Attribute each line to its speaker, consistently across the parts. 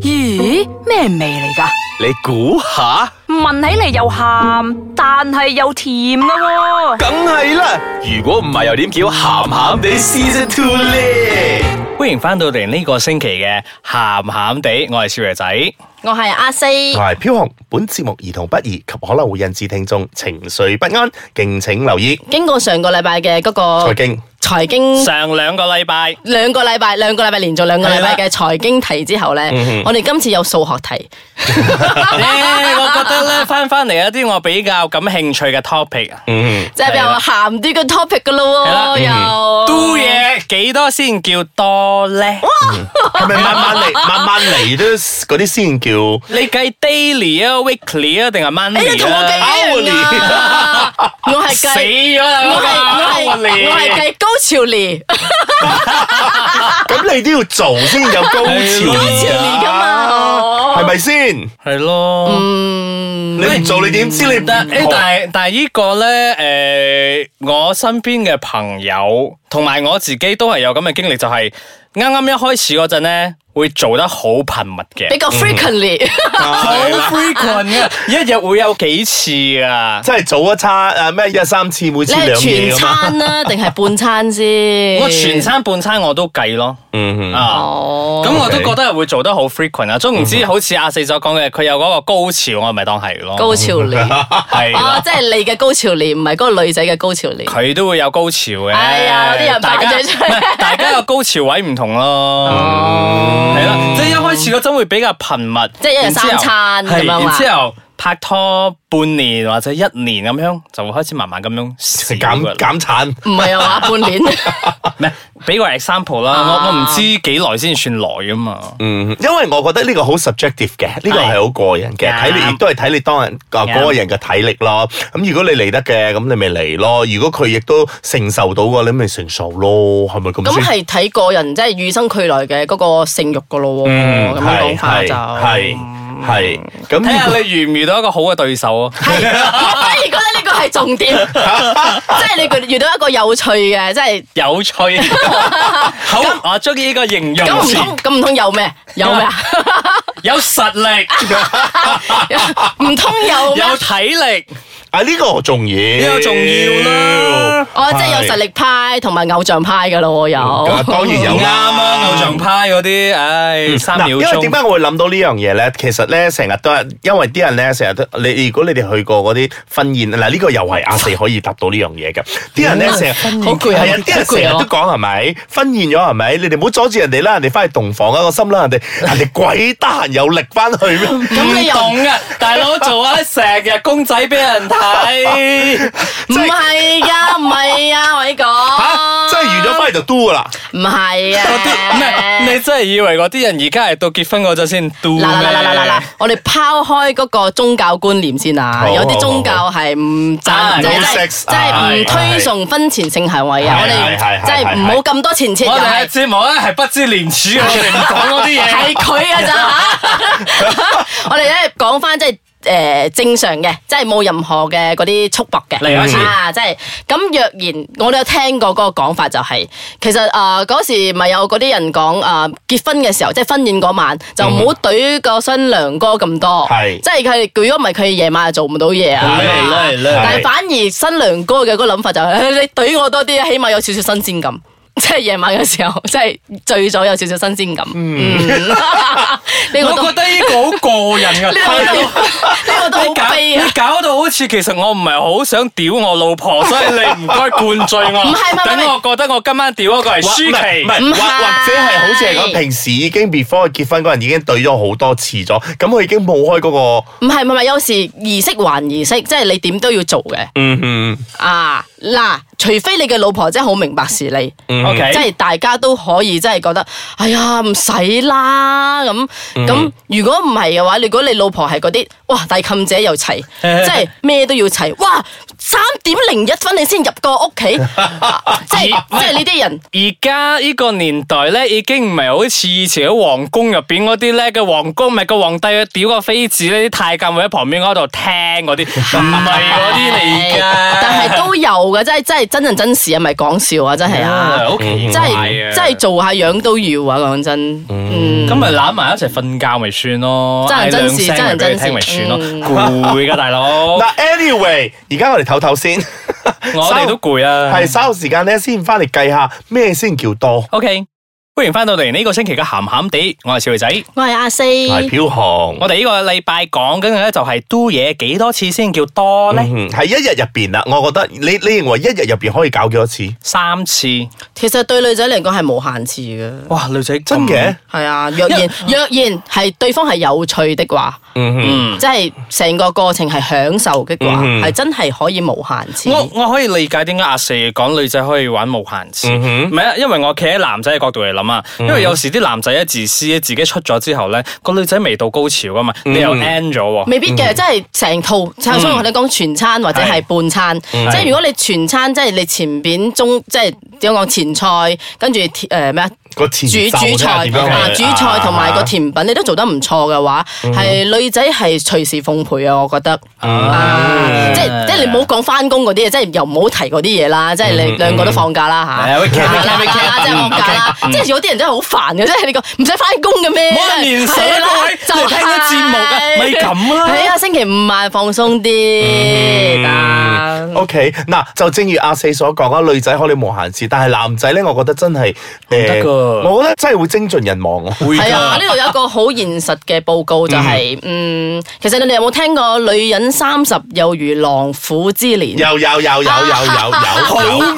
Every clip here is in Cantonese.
Speaker 1: 咦，咩味嚟噶？
Speaker 2: 你估下，
Speaker 1: 聞起嚟又鹹，但係又甜噶喎、
Speaker 2: 梗係啦。如果唔係，又點叫鹹鹹地 Season Two 咧？
Speaker 3: 歡迎翻到嚟呢個星期嘅鹹鹹地，我係少爺仔。
Speaker 4: 我係阿四，
Speaker 5: 我係飄紅，本節目兒童不宜及可能會引致聽眾情緒不安，敬請留意。
Speaker 4: 經過上個禮拜嘅嗰個
Speaker 5: 財經
Speaker 4: 財經
Speaker 3: 上兩個禮拜
Speaker 4: 兩個禮拜兩個禮拜連續兩個
Speaker 3: 啊
Speaker 4: 禮拜嘅財經題之
Speaker 3: 嗯
Speaker 4: 後咧，我哋今次有數學 題，
Speaker 3: 咧，我覺得咧翻翻嚟一啲我比較感興趣嘅 topic，啊
Speaker 5: 嗯
Speaker 4: 即係比較鹹啲嘅 topic 噶咯喎，
Speaker 3: 係嗯
Speaker 4: 又
Speaker 3: 都嘢幾多先叫多咧？
Speaker 5: 係咪慢慢嚟？ 慢慢嚟都嗰啲先叫
Speaker 3: 你計 daily 啊、weekly 啊定係
Speaker 4: 你
Speaker 3: monthly
Speaker 4: 哎同我
Speaker 3: 啊？
Speaker 4: 計一樣啊！我係
Speaker 3: 死啊
Speaker 4: 計，
Speaker 3: 咗啦！
Speaker 4: 我係我係我係計高潮年，
Speaker 5: 咁，你都要做先有高潮，啊
Speaker 4: 潮年噶嘛，
Speaker 5: 係咪先？
Speaker 3: 係咯。
Speaker 4: 嗯
Speaker 3: 嗯
Speaker 5: 你唔做你點知你
Speaker 3: 但誒，但係但係依個咧，誒、我身邊嘅朋友同埋我自己都係有咁嘅經歷，就係啱啱一開始嗰陣咧，會做得好頻密
Speaker 4: 比
Speaker 3: 嘅，
Speaker 4: 較 frequently。
Speaker 3: 好 frequent 嘅， 一日會有幾次啊。
Speaker 5: 真係早一餐啊咩一日三次，每
Speaker 4: 你
Speaker 5: 次
Speaker 4: 係
Speaker 5: 兩嘢
Speaker 4: 全
Speaker 5: 咁啊？
Speaker 4: 餐啦，定係半餐先？
Speaker 3: 我全餐半餐我都計咯，
Speaker 5: 呃嗯哼，
Speaker 3: 啊。
Speaker 4: 哦，
Speaker 3: 咁我都覺得係會做得好 frequent 啊，總唔
Speaker 5: 嗯
Speaker 3: 知好似阿四所講嘅，佢有嗰個高潮，我咪當係咯，
Speaker 4: 高潮年。
Speaker 3: 係
Speaker 4: 哦
Speaker 3: 啦，，
Speaker 4: 即係你嘅高潮年，唔係嗰個女仔嘅高潮年。
Speaker 3: 佢都會有高潮嘅。
Speaker 4: 哎呀有啲人
Speaker 3: 大家
Speaker 4: 扮咗出嚟
Speaker 3: 唔係大家個高潮位唔同咯。
Speaker 4: 哦，
Speaker 3: 係啦，即係一開始嗰陣會比較頻密，
Speaker 4: 即係一日三餐
Speaker 3: 然之後
Speaker 4: 咁樣
Speaker 3: 係
Speaker 4: 嘛
Speaker 3: 然之後拍拖半年或者一年咁樣，就會開始慢慢咁樣少㗎
Speaker 5: 減
Speaker 3: 啦
Speaker 5: 減產。
Speaker 4: 唔係啊話半年，
Speaker 3: 唔係，俾個 example 啦，
Speaker 4: 啊
Speaker 3: 我我唔知幾耐先算耐啊嘛。
Speaker 5: 嗯，因為我覺得呢個好 subjective 嘅，呢個係好個人嘅，
Speaker 3: 啱
Speaker 5: 睇你亦都係睇你當人啊
Speaker 3: 啱
Speaker 5: 嗰個人嘅體力咯。咁如果你嚟得嘅，咁你咪嚟咯；如果佢亦都承受到嘅，你咪承受咯，係咪咁
Speaker 4: 咁
Speaker 5: 先？
Speaker 4: 係睇個人即係與生俱來嘅嗰個性慾噶咯喎。
Speaker 5: 嗯，
Speaker 4: 咁樣講法
Speaker 5: 係
Speaker 4: 就
Speaker 5: 係係咁
Speaker 3: 睇
Speaker 5: 如
Speaker 3: 下
Speaker 5: 果。
Speaker 3: 你遇唔遇到一個好嘅對手啊？
Speaker 4: 係，我反而覺得呢個係重 點，即係你遇遇到一個有趣嘅，即係
Speaker 3: 有 趣，好，我中意呢個形容
Speaker 4: 咁唔
Speaker 3: 詞
Speaker 4: 通，咁唔通有咩？有 咩啊？
Speaker 3: 有實力，
Speaker 4: 唔通有咩？
Speaker 3: 有體力，
Speaker 5: 啊呢個重要，
Speaker 3: 呢個重要啦。
Speaker 4: 哦，即係有實力派同埋偶像派噶咯喎，
Speaker 5: 啊
Speaker 4: 有。
Speaker 5: 當然有
Speaker 3: 啱
Speaker 5: 啦，
Speaker 3: 啊，偶像派嗰啲，唉，三
Speaker 5: 嗱，
Speaker 3: 秒
Speaker 5: 因為
Speaker 3: 鐘
Speaker 5: 點。解我會諗到呢樣嘢咧？其實咧，成日都係因為啲人咧，成日都你如果你哋去過嗰啲婚宴，嗱呢個又係阿四可以答到呢樣嘢嘅。啲人咧成日
Speaker 4: 好攰啊
Speaker 5: 係啊，啲人成
Speaker 4: 好攰啊
Speaker 5: 日都講係咪婚宴咗係咪？你哋唔好阻住人哋啦，人哋翻去洞房啊，我心啦，人 哋人哋鬼得閒有力翻去咩？嗯
Speaker 3: 咁你又懂啊，大佬做啊，成日公仔俾 人睇，
Speaker 4: 唔係噶，唔係啊，我呢個哦
Speaker 5: 嚇，真係完咗翻嚟就 do 噶啦，
Speaker 4: 唔係啊，
Speaker 3: 嗰啲唔係你真係以為嗰啲人而家係到結婚嗰陣先 do
Speaker 4: 嗱
Speaker 3: 咩？
Speaker 4: 嗱嗱嗱嗱嗱！我哋拋開嗰個宗教觀念先啊
Speaker 5: 好，
Speaker 4: 有啲宗教係唔
Speaker 3: 好
Speaker 4: 贊，即
Speaker 5: 好好
Speaker 4: 係
Speaker 5: sex，
Speaker 4: 即係唔
Speaker 5: 係
Speaker 4: 推崇婚前性行為啊！
Speaker 5: 係
Speaker 4: 我
Speaker 5: 係係
Speaker 4: 哋即係
Speaker 5: 係
Speaker 4: 唔好咁多前設又
Speaker 3: 我哋嘅
Speaker 4: 係
Speaker 3: 節目咧係不知廉恥嘅，我哋唔講嗰啲嘢。
Speaker 4: 係 佢啊咋嚇我哋咧講翻即係。誒、正常嘅，即係冇任何嘅嗰啲束縛嘅，
Speaker 3: 嚟一次
Speaker 4: 啊，即係咁若然，我都有聽過嗰個講法就係、其實誒嗰、時咪有嗰啲人講誒、呃、結婚嘅時候，即係婚宴嗰晚就唔好懟個新娘哥咁多，
Speaker 5: 係
Speaker 4: 即係佢如果唔係佢夜晚就做唔到嘢啊，
Speaker 3: 嚟啦嚟啦
Speaker 4: 但係反而新娘哥嘅嗰個諗法就係、你懟我多啲，起碼有少少新鮮感。 即係夜晚嘅時候，即係醉咗有少少新鮮感。嗯， 呢個
Speaker 3: 我
Speaker 4: 都
Speaker 3: 覺得呢個好過人㗎，
Speaker 4: 呢個都 呢個都
Speaker 3: 你
Speaker 4: 好
Speaker 3: 搞
Speaker 4: 悲啊
Speaker 3: 你！搞到好似其實我唔係好想屌我老婆，所以你唔該灌醉我。
Speaker 4: 唔係唔係唔係
Speaker 3: 等我覺得我今晚屌嗰個係舒
Speaker 5: 唔係唔
Speaker 3: 淇。
Speaker 5: 係
Speaker 4: 唔
Speaker 5: 或或者係好似係
Speaker 4: 係
Speaker 5: 講平時已經 before 結婚嗰人已經對咗好多次咗，咁佢已經冇開嗰個
Speaker 4: 唔係唔係，有時儀式還儀式，即係你點都要做嘅。
Speaker 5: 嗯嗯
Speaker 4: 啊嗱，除非你嘅老婆真係好明白事理，
Speaker 3: O K，
Speaker 4: 即係大家都可以真係覺得，哎呀唔使啦咁
Speaker 3: 嗯
Speaker 4: 咁。如果唔係嘅話，如果你老婆係嗰啲，哇大冚者又 齊，即係咩都要齊，哇三點零一分你先入 個屋企，啊即係即係呢啲人。
Speaker 3: 而家呢個年代咧，已經唔係好似以前喺皇宮入邊嗰啲咧嘅皇宮，咪個皇帝去屌個妃子呢啲太監會喺旁邊嗰度聽嗰啲，唔係嗰啲嚟噶。
Speaker 4: 但係都有嘅，真係真係真人真事啊，唔係講笑啊，真係啊，
Speaker 3: 好奇
Speaker 4: 真
Speaker 3: 怪啊
Speaker 4: 係真係做下樣都要啊，講真，嗯，
Speaker 3: 咁咪攬埋一齊瞓覺咪算咯，
Speaker 4: 真人真事
Speaker 3: 嗌
Speaker 4: 嗯
Speaker 3: 兩聲咪俾佢聽咪算咯，攰噶 大佬，
Speaker 5: 嗱，anyway，而家我哋唞唞先，
Speaker 3: 我哋都攰啊。
Speaker 5: 係稍後時間咧先翻嚟計下咩先叫多。
Speaker 3: OK，歡迎翻到嚟呢個星期嘅鹹鹹地，我係小肥仔。
Speaker 4: 我係阿四，
Speaker 5: 係飄紅，
Speaker 3: 我哋呢個禮拜講緊嘅咧就係 do 嘢幾多次先叫多咧？
Speaker 5: 嗯係一日入邊啦。我覺得你你認為一日入邊可以搞幾多次？
Speaker 3: 三次。
Speaker 4: 其實對女仔嚟講係無限次嘅。
Speaker 3: 哇，女仔真
Speaker 5: 真嘅，
Speaker 4: 係啊，若然若然係對方係有趣的話，
Speaker 3: 嗯
Speaker 4: 即係成個過程係享受的話，
Speaker 5: 嗯
Speaker 4: 係真係可以無限次。
Speaker 3: 嗯我我可以理解點解阿四講女仔可以玩無限次，
Speaker 5: 嗯
Speaker 3: 唔係啊，因為我企喺男仔嘅角度嚟諗啊，因為有時啲男仔一自私自己出咗之後咧，個女仔未到高潮噶嘛，
Speaker 5: 嗯
Speaker 3: 你又 end 咗喎。
Speaker 4: 未必嘅，即係成套，所以我哋講全餐或者嗯係半餐。即係如果你全餐，即係你前邊中，即係點講前菜，跟住誒咩啊
Speaker 5: 個前
Speaker 4: 主
Speaker 5: 奏
Speaker 4: 主菜
Speaker 5: 睇下點樣
Speaker 4: 啊，
Speaker 5: 去
Speaker 4: 主菜同埋個
Speaker 5: 啊
Speaker 4: 甜品你都做得唔錯嘅話，
Speaker 3: 嗯
Speaker 4: 係女仔係隨時奉陪啊！我覺得啊，即係即係你唔好講翻工嗰啲嘢，即係又唔好提嗰啲嘢啦，即係你兩個都放假啦
Speaker 3: 嗯係啊
Speaker 4: 吓，
Speaker 3: ，we can- we
Speaker 4: 啦
Speaker 3: can- we
Speaker 4: 啦
Speaker 3: can-
Speaker 4: 啦即係放假啦，即係有啲人真係好煩嘅，即係你個唔使翻工嘅咩？
Speaker 3: 嗯冇人連上啦
Speaker 4: 係
Speaker 3: 各位你聽緊節目啊
Speaker 4: 就係
Speaker 3: 咪咁啦嗯
Speaker 4: 係啊，星期五晚放鬆啲啊
Speaker 5: O K，嗱就正如阿四所講啦，女仔可以無限次，但係男仔咧，我覺得真係誒，
Speaker 3: 得㗎
Speaker 5: 我覺得真係會精盡人亡啊！
Speaker 3: 會㗎
Speaker 4: 係啊，呢度有一個好現實嘅報告就係、嗯，其實你哋有冇聽過女人三十有如狼虎之年？
Speaker 5: 有有有有有有有，好餓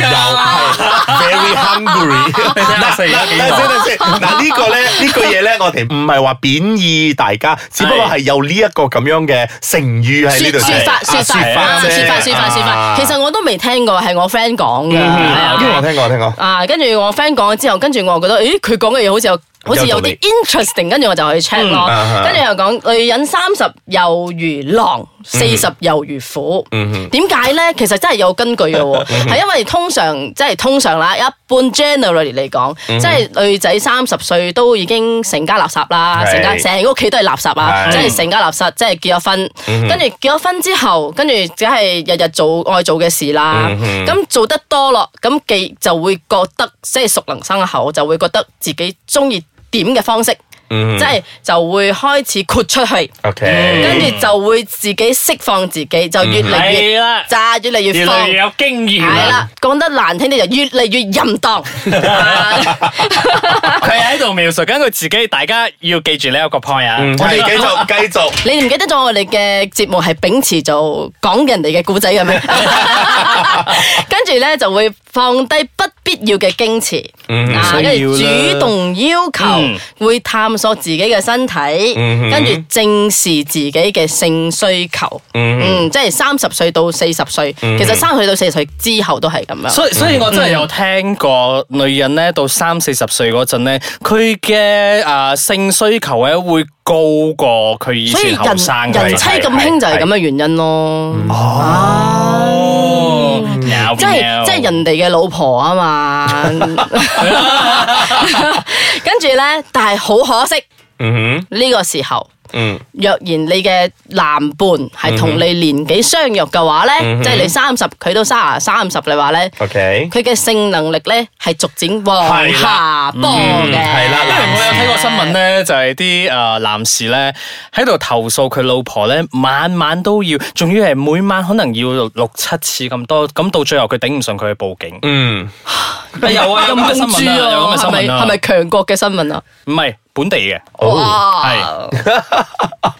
Speaker 5: 㗎，有係 very hungry。
Speaker 3: 阿四而家
Speaker 5: 等
Speaker 3: 幾
Speaker 5: 陣先，等陣先。嗱呢個 咧，呢句嘢咧，我哋唔係話貶義大家，只不過係有呢一個咁樣嘅成語喺呢度
Speaker 4: 説
Speaker 5: 出
Speaker 4: 説
Speaker 5: 嚟
Speaker 4: 法
Speaker 5: 啊説
Speaker 4: 説法啊
Speaker 5: 啫
Speaker 4: 説法説法説法，其實我都未聽過，係我 friend 講㗎。係
Speaker 5: 啊嗯
Speaker 4: 啊
Speaker 5: 因為我聽過，我聽過。
Speaker 4: 啊，跟住我 friend 講咗之後，跟住我覺得，咦，佢講嘅嘢好似有好似有
Speaker 5: 有道理
Speaker 4: 啲 interesting，跟住我就去 check 咯
Speaker 5: 啊。嗯
Speaker 4: 跟住又講女人三十又如狼，四十又如虎。點解咧？其實真係有根據 嘅喎，
Speaker 5: 嗯
Speaker 4: 係因為通常即係通常啦，一般 generally 嚟講，
Speaker 5: 嗯
Speaker 4: 即係女仔三十歲都已經成家垃圾啦，
Speaker 5: 係
Speaker 4: 成家成個屋企都係垃圾啊，
Speaker 5: 係嗯
Speaker 4: 即係成家垃圾，即係結咗婚，跟住結咗婚之後，跟住梗係日日做愛做嘅事啦。啊
Speaker 3: 嗯
Speaker 4: 咁做得多咯，咁既就會覺得即係熟能生口，就會覺得自己中意點嘅方式，
Speaker 3: 嗯
Speaker 5: 嗯
Speaker 4: 即係就會開始豁出去。
Speaker 5: O
Speaker 4: 跟
Speaker 5: K，
Speaker 4: 住就會自己釋放自己，就越嚟越
Speaker 3: 嗯係啦
Speaker 4: 炸，越嚟越
Speaker 3: 越
Speaker 4: 放
Speaker 3: 嚟。越有啊經驗
Speaker 4: 係
Speaker 3: 啦
Speaker 4: 啦。，講得難聽啲就越嚟越淫蕩。 啊
Speaker 3: 佢喺度描述緊佢自己，大家要記住呢一個 point 啊。
Speaker 4: 嗯
Speaker 5: 我哋繼續繼續。
Speaker 4: 你哋唔記得咗我哋嘅節目係秉持做講人哋嘅故仔嘅咩？跟住咧就會放低不必要嘅矜持，啊，
Speaker 3: 唔需要
Speaker 4: 跟住
Speaker 3: 啦
Speaker 4: 主動要求，會探索自己嘅身體，跟住正視自己嘅性需求，嗯，即係三十歲到四十歲，其實三十歲到四十歲之後都係咁樣。
Speaker 3: 所以所以我真係有聽過女人咧，到三四十歲嗰陣咧，佢嘅啊性需求咧會高過佢以
Speaker 4: 所以
Speaker 3: 前後生
Speaker 4: 人
Speaker 3: 嘅
Speaker 4: 人妻咁興就係咁嘅原因咯。
Speaker 3: 哦，
Speaker 4: 即係即係人哋嘅老婆啊嘛， 跟住咧，但係好可惜
Speaker 5: 嗯
Speaker 4: 呢、個時候，
Speaker 5: 哼，嗯
Speaker 4: 若然你嘅男伴係同
Speaker 3: 嗯
Speaker 4: 你年紀相若嘅話咧，即係你三十，佢都三十三十嘅話咧，
Speaker 5: ，O K。
Speaker 4: 佢嘅性能力咧係逐漸往
Speaker 5: 係
Speaker 4: 下坡
Speaker 3: 嗯
Speaker 4: 嘅。
Speaker 5: 係啦
Speaker 3: 因為我有睇過新聞咧，就係啲誒男士咧喺度投訴佢老婆咧，晚晚都要，仲要係每晚可能要六七次咁多，咁到最後佢頂唔順，佢去報警。
Speaker 5: 嗯，
Speaker 3: 有啊，有咁嘅新聞啊，有咁嘅新
Speaker 4: 係咪
Speaker 3: 聞啊，
Speaker 4: 係咪強國嘅新聞啊？
Speaker 3: 唔係本地嘅？
Speaker 4: 哇！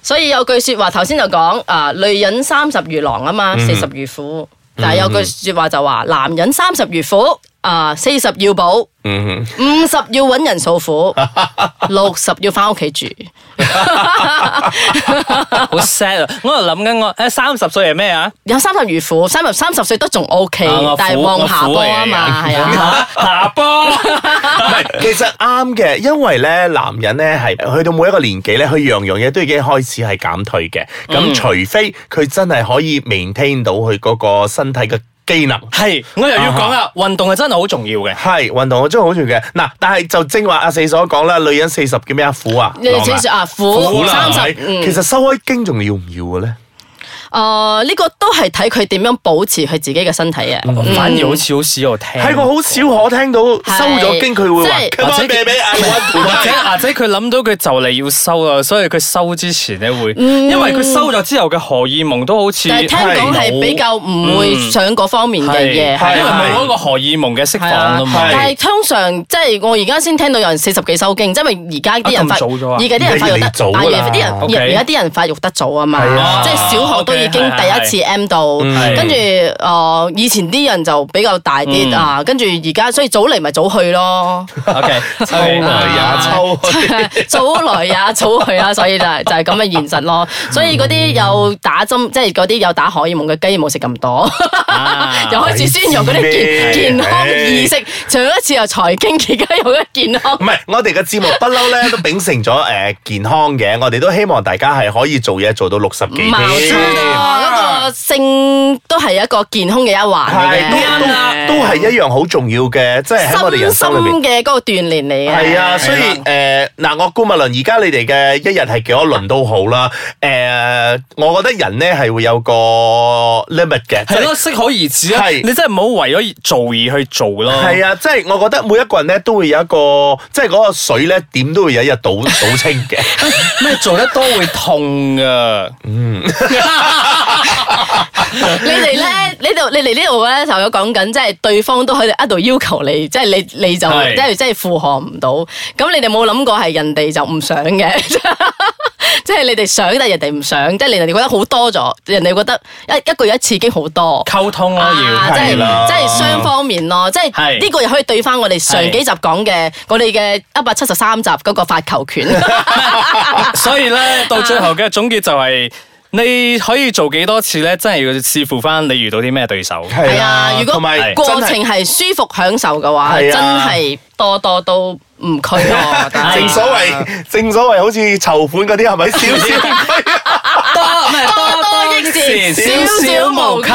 Speaker 4: 所以有句说話頭先就講啊，女人三十如狼啊嘛，四十如虎。但係有句说話就話，男人三十如虎，啊四十要保，五
Speaker 5: 嗯
Speaker 4: 十要揾人訴苦， 六十要翻屋企住。
Speaker 3: 好 sad 啊！我喺度諗緊我誒三十歲係咩啊？
Speaker 4: 有三十如虎，三十三十歲都仲 O K，
Speaker 3: 啊我
Speaker 4: 但係
Speaker 3: 苦
Speaker 4: 望下波啊嘛，
Speaker 3: 我苦嚟
Speaker 4: 係
Speaker 3: 嘅
Speaker 4: 啊。
Speaker 3: 下波。
Speaker 5: 唔係，其實啱嘅，因為咧男人咧係去到每一個年紀咧，佢樣樣嘢都已經開始係減退嘅。
Speaker 4: 嗯
Speaker 5: 咁除非佢真係可以 maintain 到佢嗰個身體嘅機能。
Speaker 3: 係，我又要講啦，運動係真係好重要嘅。
Speaker 5: 係運動我真係好中意嘅嗱，但係就正話阿四所講啦，女人四十叫咩啊苦啊，
Speaker 4: 你
Speaker 5: 狼
Speaker 4: 正說啊，虎
Speaker 5: 苦啦係
Speaker 4: 三
Speaker 5: 咪
Speaker 4: 十，嗯
Speaker 5: 其實收開經仲要唔要嘅咧？
Speaker 4: 誒呢個都係睇佢點樣保持佢自己嘅身體嘅。
Speaker 3: 反而好似好少有聽過。
Speaker 5: 喺個好少可聽到
Speaker 4: 係
Speaker 5: 收咗經，佢會話
Speaker 4: 即係
Speaker 5: Come
Speaker 3: 或
Speaker 5: on
Speaker 3: 者
Speaker 5: baby, I want to
Speaker 3: 或者或者佢諗到佢就嚟要收啦，所以佢收之前咧會，因為佢收咗之後嘅荷爾蒙都好似
Speaker 4: 嗯但係聽講係比較唔會上嗰方面嘅嘢，
Speaker 3: 嗯係因為
Speaker 5: 係
Speaker 3: 冇嗰個荷爾蒙嘅釋放
Speaker 4: 係啊
Speaker 3: 啊，嘛。
Speaker 4: 但係通常即係我而家先聽到有人四十幾收經，即係因為而家啲人發，
Speaker 3: 啊咁早咗啊
Speaker 4: 而家啲人發
Speaker 5: 越
Speaker 4: 育
Speaker 5: 嚟越
Speaker 4: 得，
Speaker 5: 早㗎啦
Speaker 4: 啊而家啲
Speaker 3: OK
Speaker 4: 人而家啲人發育得早啊嘛
Speaker 5: 係
Speaker 3: 啊，
Speaker 4: 即係小學都已經第一次 M 到，
Speaker 3: 係
Speaker 4: 跟住誒以前啲人就比較大啲
Speaker 3: 嗯
Speaker 4: 啊，跟住而家所以早嚟咪早去 咯，
Speaker 3: OK，
Speaker 5: 秋
Speaker 3: 哦
Speaker 5: 來
Speaker 4: 啊
Speaker 5: 也 秋去，
Speaker 4: 早來也早去啊，所以就係就係咁嘅現實咯。所以嗰啲有打針，即係嗰啲有打荷爾蒙嘅雞冇食咁多。
Speaker 3: 啊
Speaker 4: 又開始宣揚嗰啲
Speaker 5: 哎
Speaker 4: 健健康意識，上一次又財經，而家又嗰啲健康
Speaker 5: 唔。係，我哋嘅節目不嬲咧都秉承咗誒健康嘅，我哋都希望大家係可以做嘢做到六十幾
Speaker 4: 冇錯，
Speaker 5: 添。
Speaker 4: 嗰個性都係一個健康嘅一環嚟
Speaker 5: 係，
Speaker 4: 嘅，
Speaker 5: 都都都係一樣好重要嘅，即係喺我哋人
Speaker 4: 心心
Speaker 5: 生裏邊。
Speaker 4: 嘅嗰個鍛鍊嚟嘅。
Speaker 5: 係啊，所以誒嗱，我顧物論而家你哋嘅一日係幾多輪都好啦。誒，我覺得人咧係會有個 limit 嘅，即
Speaker 3: 係
Speaker 5: 係
Speaker 3: 咯，適可而止啊！
Speaker 5: 係
Speaker 3: 你真係唔好為咗做而去做咯。
Speaker 5: 係啊，即係我覺得每一個人咧都會有一個，即係嗰個水咧點都會有一日倒 倒清嘅。
Speaker 3: 咩做得多會痛啊噶？
Speaker 5: 嗯
Speaker 4: 你哋咧 呢度，你哋呢度咧就有講緊，即係對方都喺度要求你，即係你你就即
Speaker 3: 係
Speaker 4: 係即係負荷唔到。咁你哋冇諗過係人哋就唔想嘅， 即係你哋想，但係人哋唔想，即係人哋覺得好多咗，人哋覺得一一個月一次已經好多。
Speaker 3: 溝通咯
Speaker 4: 啊，
Speaker 3: 要
Speaker 4: 即係
Speaker 5: 係啦
Speaker 4: 即係雙方面咯，即係
Speaker 3: 係
Speaker 4: 呢個又可以對翻我哋上幾集講嘅，我哋嘅一百七十三集嗰個發球權，
Speaker 3: 所以
Speaker 4: 啊
Speaker 3: 咧，到最後嘅總結就係、你可以做幾多次咧，真係要視乎翻你遇到啲咩對手。
Speaker 5: 係
Speaker 4: 係啊！如果
Speaker 5: 同埋
Speaker 4: 過
Speaker 5: 真係
Speaker 4: 程係舒服享受嘅話，真
Speaker 5: 係啊
Speaker 4: 係多多都唔 拘咯。
Speaker 5: 正所謂，正所謂好似籌款嗰啲係咪少
Speaker 4: 啊
Speaker 5: 少？
Speaker 3: 多咩
Speaker 4: 多多益善，少少無拘，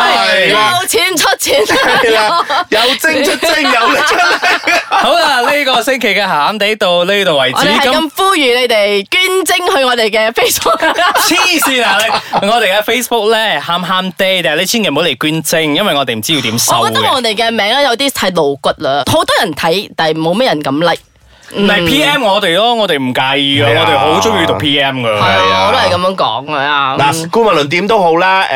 Speaker 4: 有錢出錢。
Speaker 5: 係啦，有精出精，有力出力。
Speaker 3: 好啦，呢、個星期嘅鹹鹹地到呢度為
Speaker 4: 我
Speaker 3: 止。
Speaker 4: 哋係咁呼籲你哋捐精去我哋嘅 Facebook。
Speaker 3: 黐線啊！你我哋嘅 Facebook 咧，喊喊地，但係你千祈唔好嚟捐精，因為我哋唔知要點收
Speaker 4: 我覺得我
Speaker 3: 嘅。
Speaker 4: 哋嘅名咧有啲太露骨啦，好多人睇，但係冇咩人咁 like。
Speaker 3: 唔係 PM 我哋咯，我哋唔介意噶，
Speaker 5: 係啊
Speaker 3: 我哋好中意讀 PM
Speaker 4: 係
Speaker 3: 噶。
Speaker 5: 係啊
Speaker 4: 啊，我都係咁樣講嘅啊。
Speaker 5: 嗱，顧問論點都好啦，誒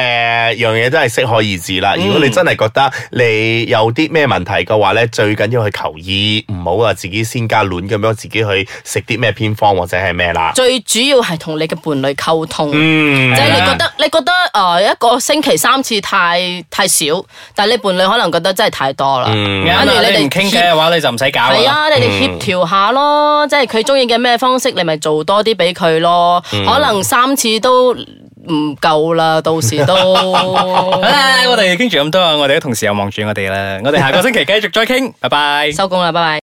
Speaker 5: 樣嘢都係適可而止啦。如果你真係覺得你有啲咩問題嘅話咧，最緊要去求醫，唔好話自己先加亂咁樣，自己去食啲咩偏方或者係咩啦。
Speaker 4: 最主要係同你嘅伴侶溝通，
Speaker 5: 嗯
Speaker 4: 即係你
Speaker 3: 係啊
Speaker 4: 覺得你覺得誒、呃一個星期三次太太少，但係你伴侶可能覺得真係太多啦。
Speaker 5: 嗯
Speaker 3: 啱啦，你唔傾偈嘅話，你就唔使搞㗎
Speaker 4: 係
Speaker 3: 啦。
Speaker 4: 啊，你哋協調下咯，即係佢中意嘅咩方式，你咪做多啲俾佢咯。可能三次都唔夠啦，到時都
Speaker 3: 好啦，我哋傾住咁多啊，我哋啲同事又望住我哋啦，我哋下個星期繼續再傾，拜拜。
Speaker 4: 收工啦，拜拜。